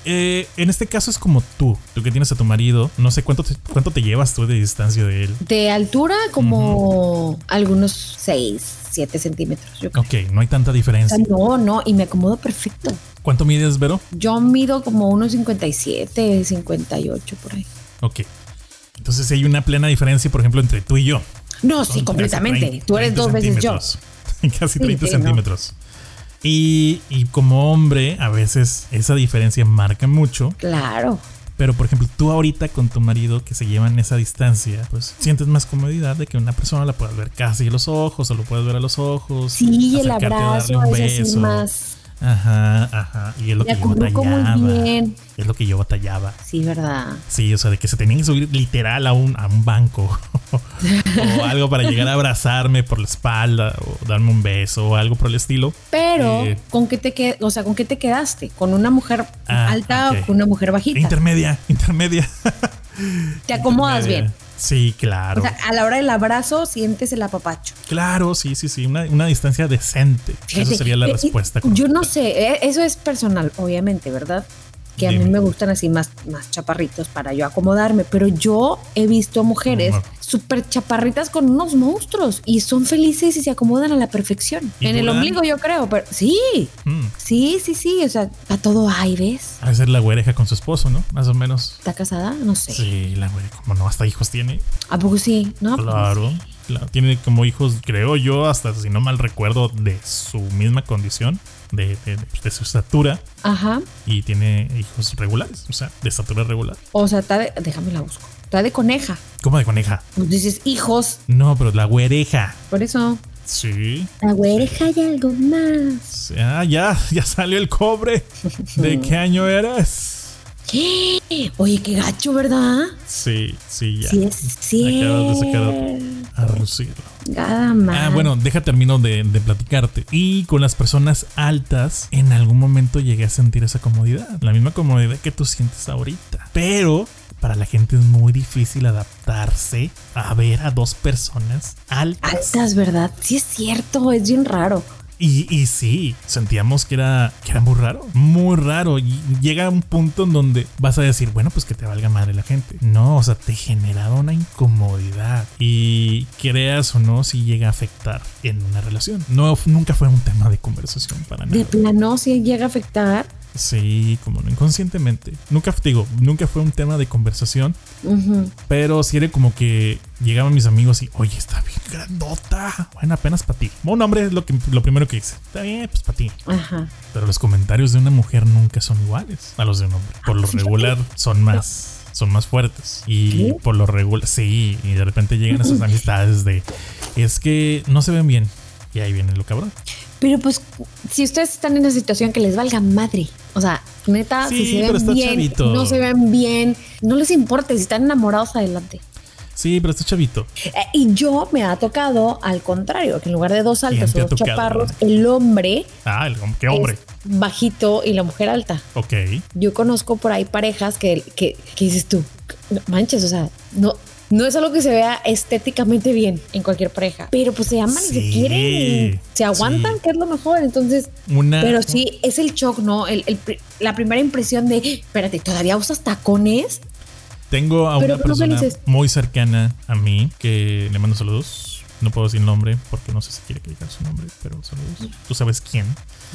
eh, en este caso es como tú, tú que tienes a tu marido. No sé cuánto te, cuánto te llevas tú de distancia de él.
De altura, como algunos 6, 7 centímetros, yo creo.
Ok, no hay tanta
O sea,
diferencia.
no, no, y me acomodo perfecto.
¿Cuánto mides, Vero?
Yo mido como unos 57, 58 por ahí.
Ok. Entonces sí hay una plena diferencia, por ejemplo, entre tú y yo.
No,
Son
sí,
casi
completamente.
30
Tú eres dos veces yo.
centímetros. Casi 30
sí, no.
centímetros. Y, y como hombre, a veces esa diferencia marca mucho.
Claro.
Pero, por ejemplo, tú ahorita con tu marido que se llevan esa distancia, pues sientes más comodidad de que una persona la puedas ver casi a los ojos o lo puedes ver a los ojos.
Sí, el
acercarte a darle
abrazo
un
es así
beso.
más.
Ajá, ajá. Y es lo
Me
que yo
acurruco muy
batallaba.
bien.
Es lo que yo batallaba.
Sí, verdad.
Sí, o sea, de que se tenían que subir literal a un, a un banco o algo para llegar a abrazarme por la espalda o darme un beso o algo por el estilo.
Pero,
Eh.
¿con qué te qued- o sea, ¿con qué te quedaste? ¿Con una mujer
Ah,
alta
ok.
o con una mujer bajita?
Intermedia, intermedia.
te acomodas
Intermedia.
bien.
Sí, claro.
O sea, a la hora del abrazo sientes el apapacho.
claro, sí, sí, sí. Una, una distancia decente. Esa
Fíjate,
sería la
eh,
respuesta.
Yo
correcta.
no sé, eh, eso es personal, obviamente, ¿verdad? Que a mí
Dime.
me gustan así más, más chaparritos para yo acomodarme, pero yo he visto mujeres
Ajá.
súper chaparritas con unos monstruos y son felices y se acomodan a la perfección.
¿Y
En el
duran?
ombligo yo creo, pero sí,
Mm,
sí, sí, sí, o sea, a todo hay, ¿ves?
ha de ser la güereja con su esposo, ¿no? Más o menos.
¿Está casada? No sé.
Sí, la güereja, como no, hasta hijos tiene.
¿A poco sí? No, pues,
Claro, claro. Tiene como hijos, creo yo, hasta si no mal recuerdo, de su misma condición, de, de- pues, de- de su estatura,
Ajá.
y tiene hijos regulares, o sea, de estatura regular.
O sea, está de, déjame la busco. Está de coneja.
¿Cómo de coneja?
Pues dices, hijos,
No, pero la güereja.
por eso.
Sí.
La güereja y algo más.
Sí, Ah, ya, ya salió el cobre. ¿De qué año eres?
Oye, qué gacho, ¿verdad?
Sí, sí, ya.
Sí, es cierto.
Acabas de sacar a relucirlo.
Nada más.
Ah, bueno, deja termino de, de platicarte. Y con las personas altas, en algún momento llegué a sentir esa comodidad, la misma comodidad que tú sientes ahorita. Pero para la gente es muy difícil adaptarse a ver a dos personas altas.
Altas, ¿verdad? Sí, es cierto. Es bien raro.
Y, y sí, sentíamos que era, que era muy raro, muy raro. Y llega un punto en donde vas a decir, bueno, pues que te valga madre la gente. No, o sea, te generaba una incomodidad. Y creas o no, si llega a afectar en una relación. No, nunca fue un tema de conversación para nada.
De plano, si llega a afectar.
Sí, como no inconscientemente. Nunca te digo, nunca fue un tema de conversación.
Ujú.
Pero si era como que llegaban mis amigos y, oye, está bien grandota. Bueno, apenas para ti. Bueno, hombre, es lo, que, lo primero que dice. Está bien, pues para ti.
Ajá.
Pero los comentarios de una mujer nunca son iguales a los de un hombre.
Ah,
Por lo regular son más. Son más fuertes. Y
¿Sí?
por lo regular. Sí. Y de repente llegan esas amistades de. Es que no se ven bien. Y ahí viene lo cabrón.
Pero pues, si ustedes están en una situación que les valga madre, o sea, neta,
Sí,
si se
pero
ven
está
bien,
chavito.
no se ven bien, no les importe, si están enamorados, adelante.
Sí, pero este chavito.
Eh, Y yo me ha tocado al contrario, que en lugar de dos altos o
¿Quién te
dos
ha tocado?
chaparros, el hombre
Ah, el hom- qué hombre.
es bajito y la mujer alta.
Ok.
Yo conozco por ahí parejas que, que, que dices tú, no manches, o sea, no. No es algo que se vea estéticamente bien en cualquier pareja, pero pues se aman y
Sí,
se quieren, y se aguantan,
sí.
que es lo mejor. Entonces,
Una.
pero sí, es el shock, ¿no? El, el pri- la primera impresión de, espérate, ¿todavía usas tacones?
Tengo a
Pero
una
creo que le
persona
dices-
muy cercana a mí que le mando saludos. No puedo decir nombre porque no sé si quiere que diga su nombre, pero saludos. Tú sabes quién.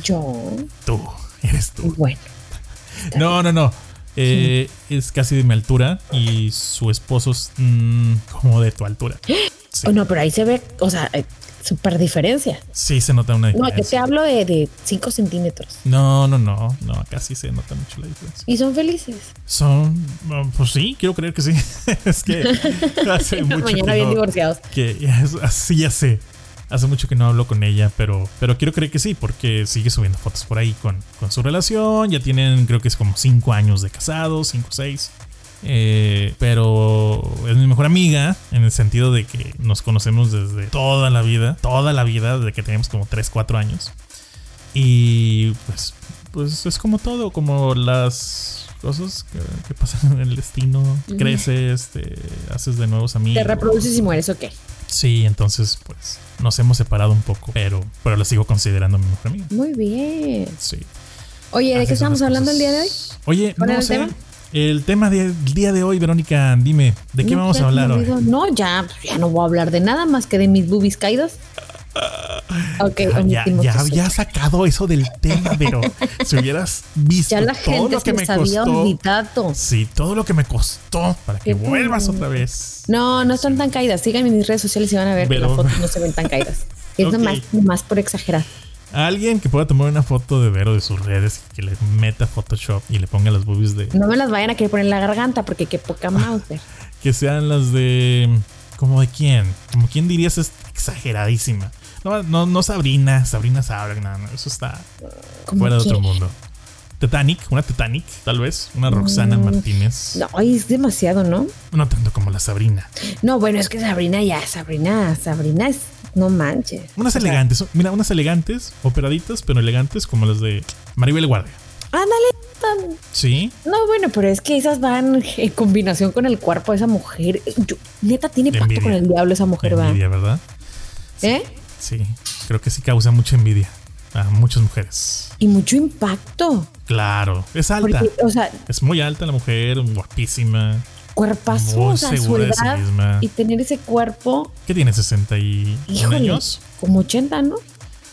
Yo,
Tú. Eres tú.
bueno.
No, no, no. Eh, Es casi de mi altura y su esposo es mm, como de tu altura. Sí,
Oh, no, pero ahí se ve, o sea, eh, súper diferencia.
sí se nota una
No, yo te
diferencia.
hablo de- de 5 centímetros.
No, no, no, no, casi se nota mucho la diferencia.
Y son felices.
Son, bueno, pues sí, quiero creer que sí. es que hace mucho que
Mañana bien
no-
divorciados.
que es- así ya sé. Hace mucho que no hablo con ella, pero, pero quiero creer que sí, porque sigue subiendo fotos por ahí con, con su relación. Ya tienen, creo que es como 5 años de casados, 5 o 6. pero es mi mejor amiga en el sentido de que nos conocemos desde toda la vida, toda la vida, desde que teníamos como 3, 4 años. Y pues, pues es como todo, como las cosas que, que pasan en el destino. Creces, te haces de nuevos amigos.
Te reproduces y mueres, ok.
Sí, entonces pues nos hemos separado un poco, pero, pero la sigo considerando mi mejor amiga.
Muy bien.
Sí.
Oye, ¿de
Así
qué
son
estamos
las
hablando el
cosas.
día de hoy?
Oye,
¿Cuál
no
era el
sé.
tema?
El tema del día de hoy, Verónica, dime, ¿de qué
No,
vamos
ya
a hablar
me
hoy?
olvidó. No, ya, pues, ya no voy a hablar de nada más que de mis boobies caídos. Ok,
Ah, Ya,
omitimos
ya
eso.
había sacado eso del tema, pero si hubieras visto
Ya la
todo
gente
lo que
se
me
les había
costó.
olvidado.
Sí, todo lo que me costó para que
Qué bueno.
vuelvas otra vez.
No, no están tan caídas. Síganme en mis redes sociales y van a ver que
Pero-
las fotos no se ven tan caídas. Es
Ok.
nomás, nomás por exagerar.
Alguien que pueda tomar una foto de Vero de sus redes, que le meta Photoshop y le ponga las boobies de,
No me las vayan a querer poner en la garganta porque qué poca Mauser.
que sean las de. ¿Como de quién? Como quién dirías es exageradísima. No, no, no Sabrina, Sabrina sabe, no, no, eso está
Como
fuera de
que-
otro mundo. Titanic, una Titanic, tal vez, una Roxana Martínez.
Mm, No, ay, es demasiado, ¿no?
No. tanto como la Sabrina.
No, bueno, es que Sabrina ya, Sabrina, Sabrina es, no manches.
Unas
O sea,
elegantes, mira, unas elegantes, operaditas, pero elegantes como las de Maribel Guardia.
Ándale, tan-
Sí,
no, bueno, pero es que esas van en combinación con el cuerpo de esa mujer. Yo- neta, tiene
De
pacto
envidia.
con el diablo esa mujer, va.
envidia, ¿verdad?
¿Eh?
Sí, creo que sí causa mucha envidia a muchas mujeres.
Y mucho impacto.
Claro, es alta.
Porque, o sea,
Es muy alta la mujer, guapísima.
cuerpazo,
Muy
o sea, su
segura de sí
edad
misma.
y tener ese cuerpo,
¿Qué tiene? ¿61
híjole,
años?
como 80, ¿no?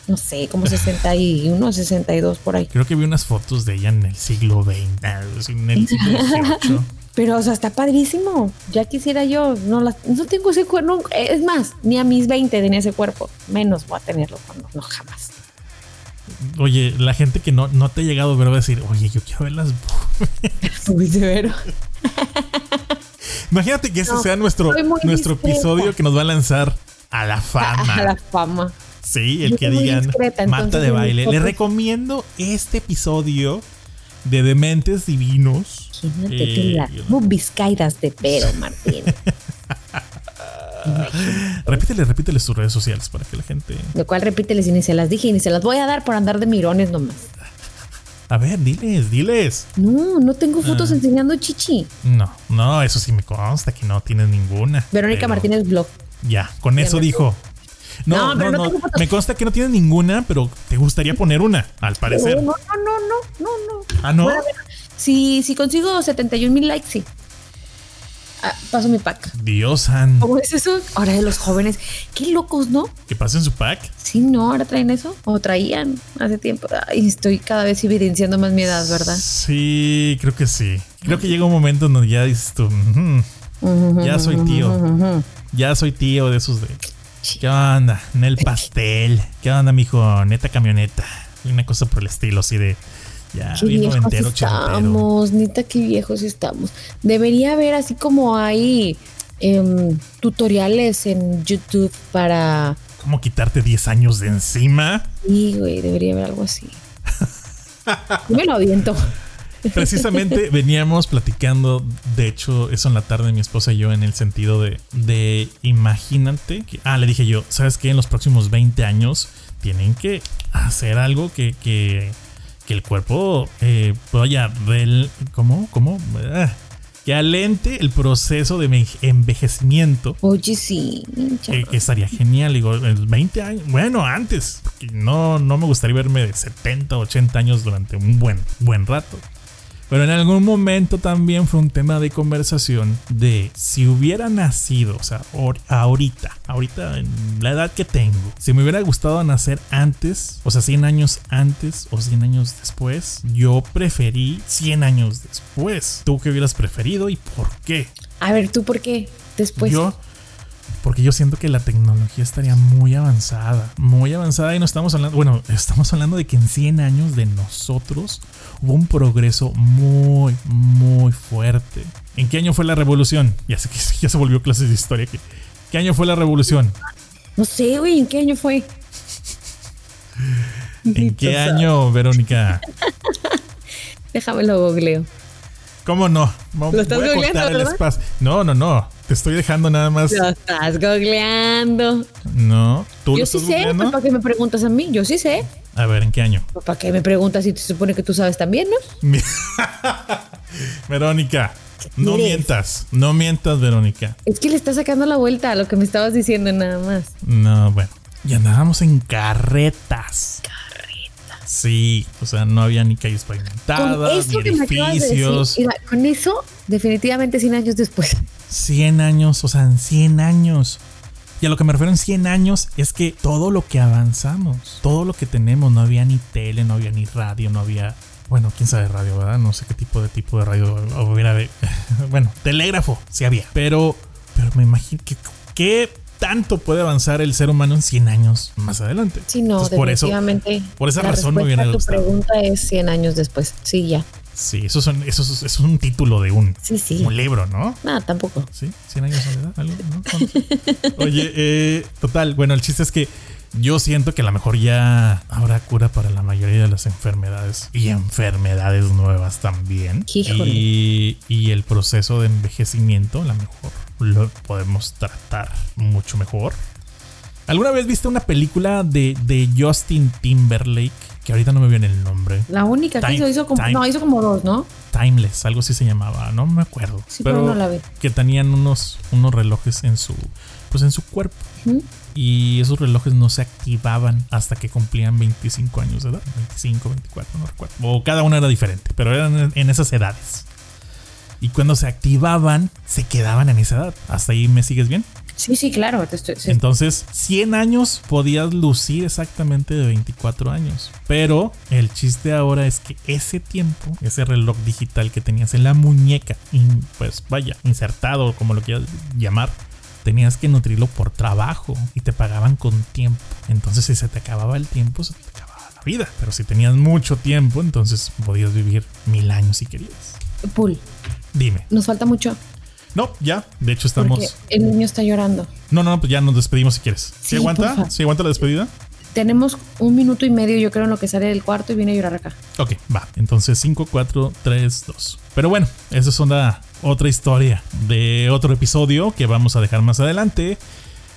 No sé, como 61, 62 por ahí.
Creo que vi unas fotos de ella en el siglo XX, en el siglo XVIII.
Pero, o sea, está padrísimo. Ya quisiera yo, no la- no tengo ese cuerpo. Es más, ni a mis 20 tenía ese cuerpo. Menos voy a tenerlo cuando, no jamás.
Oye, la gente que no, no te ha llegado a ver va a decir, oye, yo quiero ver las boobies". Imagínate que ese
No,
sea nuestro,
soy muy
nuestro
discreta.
episodio que nos va a lanzar a la fama.
A la fama.
Sí, el
Yo
que
soy muy
digan
discreta,
Marta
entonces
de
mis
baile. Le
fotos-
recomiendo este episodio de Dementes Divinos.
Imagínate
Eh,
tú las boobies caídas de pero, Martín.
repítele, repítele sus redes sociales para que la gente.
Lo cual repíteles y ni se las dije y ni se las voy a dar por andar de mirones nomás.
A ver, diles, diles.
No, no tengo fotos
Ah.
enseñando chichi.
No, no, eso sí me consta que no tienes ninguna.
Verónica
pero
Martínez Blog.
Ya, con
Ya
eso
no.
dijo. No,
No,
no,
pero
no.
no tengo fotos.
Me consta que no tienes ninguna, pero te gustaría poner una, al parecer.
No, Oh, no, no, no, no, no.
Ah, ¿no?
Bueno, a ver, si, si consigo 71 mil likes, sí. Ah, paso mi pack.
Dios san,
¿Cómo es eso? Ahora de los jóvenes. Qué locos, ¿no?
que pasen su pack.
Sí, no, ahora traen eso. O traían hace tiempo. Ay, estoy cada vez evidenciando más mi edad, ¿verdad?
Sí, creo que sí. Creo que llega un momento en donde ya dices tú, "Ujú, ya soy tío, ya soy tío de esos de. ¿Qué onda? En el pastel. ¿Qué onda, mijo? Neta camioneta. Una cosa por el estilo, así de. Ya,
Qué
bien
viejos
noventero, ochentero.
estamos, neta, qué viejos estamos. Debería haber así como hay em, tutoriales en YouTube para...
¿Cómo quitarte 10 años de encima?
Sí, güey, debería haber algo así. Yo me lo aviento.
Precisamente veníamos platicando, de hecho, eso en la tarde mi esposa y yo, en el sentido de, de imagínate que, ah, le dije yo, ¿sabes qué? En los próximos 20 años tienen que hacer algo que, que, que el cuerpo, eh, vaya, del, ¿cómo? ¿Cómo? Ah, que alente el proceso de enveje- envejecimiento.
Oye, sí. chava.
Que, que eh, estaría genial, digo, en 20 años, bueno, antes, porque no, no me gustaría verme de 70, 80 años durante un buen, buen rato. Pero en algún momento también fue un tema de conversación de si hubiera nacido, o sea, or- ahorita, ahorita en la edad que tengo, si me hubiera gustado nacer antes, o sea, 100 años antes o 100 años después, yo preferí 100 años después. ¿Tú qué hubieras preferido y por qué?
A ver, ¿tú por qué? Después.
yo, porque yo siento que la tecnología estaría muy avanzada, muy avanzada y no estamos hablando, bueno, estamos hablando de que en 100 años de nosotros hubo un progreso muy, muy fuerte. ¿En qué año fue la revolución? Ya sé que ya se volvió clases de historia. aquí. ¿Qué año fue la revolución?
No sé, güey, ¿en qué año fue?
¿En qué
Tú sabes.
año, Verónica?
Déjamelo googleo.
¿Cómo no? Mo-
Lo estás
voy a
googleando,
cortar el
¿verdad?
espacio. No, no, no. Te estoy dejando nada más.
Lo estás googleando.
No. Pues ¿Tú lo
Yo sí
estás
sé, pues,
googleando?
¿para qué me preguntas a mí? Yo sí sé.
A ver, ¿en qué año?
Pues, ¿Para qué me preguntas si te supone que tú sabes también, no?
Mi- Verónica, no
¿Quieres?
mientas, no mientas, Verónica.
Es que le estás sacando la vuelta a lo que me estabas diciendo nada más.
No, bueno. Y andábamos en carretas. Carretas. Sí, o sea, no había ni calles
Con
pavimentadas,
eso
ni
que me acabas de
edificios.
decir, mira, con eso, definitivamente 100 años después.
100 años, o sea, en 100 años. Y a lo que me refiero en 100 años es que todo lo que avanzamos, todo lo que tenemos, no había ni tele, no había ni radio, no había... Bueno, quién sabe radio, ¿verdad? No sé qué tipo de tipo de radio hubiera de... Bueno, telégrafo, sí había. Pero, pero me imagino que... ¿Qué tanto puede avanzar el ser humano en 100 años más adelante?
Sí, no,
Entonces, Pues por eso...
definitivamente.
por esa
la
razón me
respuesta
hubiera
a
gustado.
Tu pregunta es 100 años después. Sí, ya.
Sí, eso, son, eso, es- eso es un título de un,
Sí, sí.
un libro, ¿no?
Nada, tampoco.
¿Sí? ¿100 años de soledad? ¿Algo? ¿No? ¿Cuánto? Oye, eh, total. Bueno, el chiste es que yo siento que a lo mejor ya habrá cura para la mayoría de las enfermedades y enfermedades nuevas también.
Híjole.
Y, y el proceso de envejecimiento, a lo mejor lo podemos tratar mucho mejor. ¿Alguna vez viste una película de, de Justin Timberlake? Que ahorita no me viene el nombre.
La única que
Time,
hizo, hizo como,
time.
no, hizo como dos, ¿no?
Timeless, algo así se llamaba, no me acuerdo.
Sí, pero no la vi.
Que tenían unos, unos relojes en su, pues en su cuerpo.
Ujú.
Y esos relojes no se activaban hasta que cumplían 25 años de edad. 25, 24, no recuerdo. O cada uno era diferente, pero eran en- en esas edades. Y cuando se activaban, se quedaban en esa edad. ¿Hasta ahí me sigues bien?
Sí, sí, claro. te estoy- sí.
Entonces, 100 años podías lucir exactamente de 24 años. Pero el chiste ahora es que ese tiempo, ese reloj digital que tenías en la muñeca, in- pues vaya, insertado, como lo quieras llamar, tenías que nutrirlo por trabajo y te pagaban con tiempo. Entonces, si se te acababa el tiempo, se te acababa la vida. Pero si tenías mucho tiempo, entonces podías vivir mil años si querías.
Pul,
Dime.
nos falta mucho.
No, ya. De hecho, estamos.
Porque el niño está llorando.
No, no, no, pues ya nos despedimos si quieres. ¿Se
Sí,
aguanta?
porfa.
¿Se aguanta la despedida?
Tenemos un minuto y medio, yo creo, en lo que sale del cuarto y viene a llorar acá.
Ok, va. Entonces 5, 4, 3, 2. Pero bueno, esa es una otra historia de otro episodio que vamos a dejar más adelante.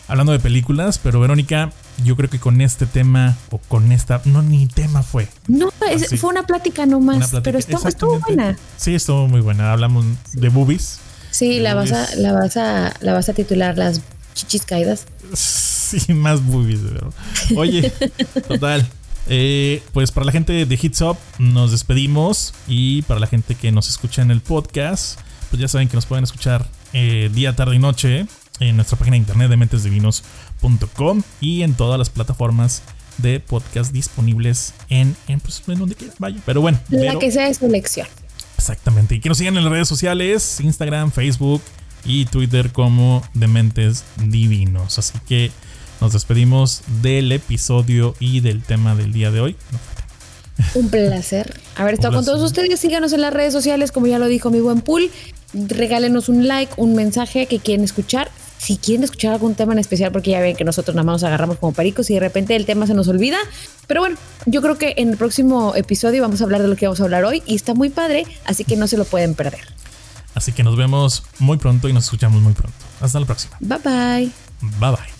Hablando de películas, pero Verónica, yo creo que con este tema o con esta... No, ni tema fue.
No, es-
Así.
fue una plática nomás,
Una plática-
Pues, pero estuvo, estuvo
exactamente.
buena.
Sí, estuvo muy buena. Hablamos de boobies.
Sí, la vas, a,
Es-
la, vas a, la vas a titular Las Chichis Caídas.
sí, más boobies. pero- Oye, total. eh, pues para la gente de Hits Up nos despedimos y para la gente que nos escucha en el podcast, pues ya saben que nos pueden escuchar eh, día, tarde y noche en nuestra página de internet de mentesdivinos.com y en todas las plataformas de podcast disponibles en, en, pues, en donde quieran, vaya. Pero bueno,
La
pero-
que sea de su elección.
Exactamente. Y que nos sigan en las redes sociales, Instagram, Facebook y Twitter como Dementes Divinos. Así que nos despedimos del episodio y del tema del día de hoy. No,
Un placer haber estado con
placer.
todos ustedes. Síganos en las redes sociales, como ya lo dijo mi buen Pool. Regálenos un like, un mensaje que quieren escuchar. Si quieren escuchar algún tema en especial, porque ya ven que nosotros nada más nos agarramos como pericos y de repente el tema se nos olvida. Pero bueno, yo creo que en el próximo episodio vamos a hablar de lo que vamos a hablar hoy y está muy padre, así que no se lo pueden perder.
Así que nos vemos muy pronto y nos escuchamos muy pronto. Hasta la próxima.
Bye bye.
Bye bye.